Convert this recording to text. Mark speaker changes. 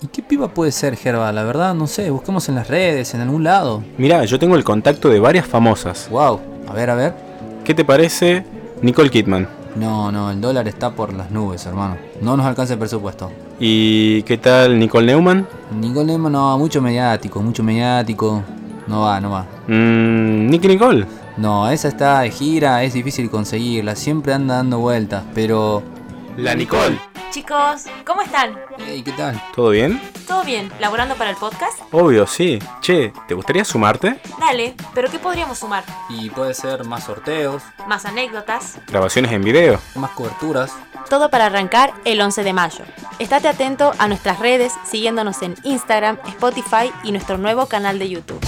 Speaker 1: ¿Y qué piba puede ser, Gerba? La verdad, no sé. Busquemos en las redes, en algún lado.
Speaker 2: Mirá, yo tengo el contacto de varias famosas.
Speaker 1: Wow. A ver, a ver.
Speaker 2: ¿Qué te parece Nicole Kidman?
Speaker 1: No, no, el dólar está por las nubes, hermano. No nos alcanza el presupuesto.
Speaker 2: ¿Y qué tal Nicole Neumann?
Speaker 1: Nicole Neumann, no, mucho mediático, mucho mediático. No va, no va.
Speaker 2: Mmm. Nicky Nicole.
Speaker 1: No, esa está de gira, es difícil conseguirla, siempre anda dando vueltas, pero...
Speaker 2: La Nicole.
Speaker 3: Chicos, ¿cómo están?
Speaker 1: Hey, ¿qué tal?
Speaker 2: ¿Todo bien?
Speaker 3: ¿Todo bien? ¿Laborando para el podcast?
Speaker 2: Obvio, sí. Che, ¿te gustaría sumarte?
Speaker 3: Dale, pero ¿qué podríamos sumar?
Speaker 1: Y puede ser más sorteos,
Speaker 3: Más anécdotas.
Speaker 2: Grabaciones en video.
Speaker 1: más coberturas.
Speaker 3: Todo para arrancar el 11 de mayo. Estate atento a nuestras redes siguiéndonos en Instagram, Spotify y nuestro nuevo canal de YouTube.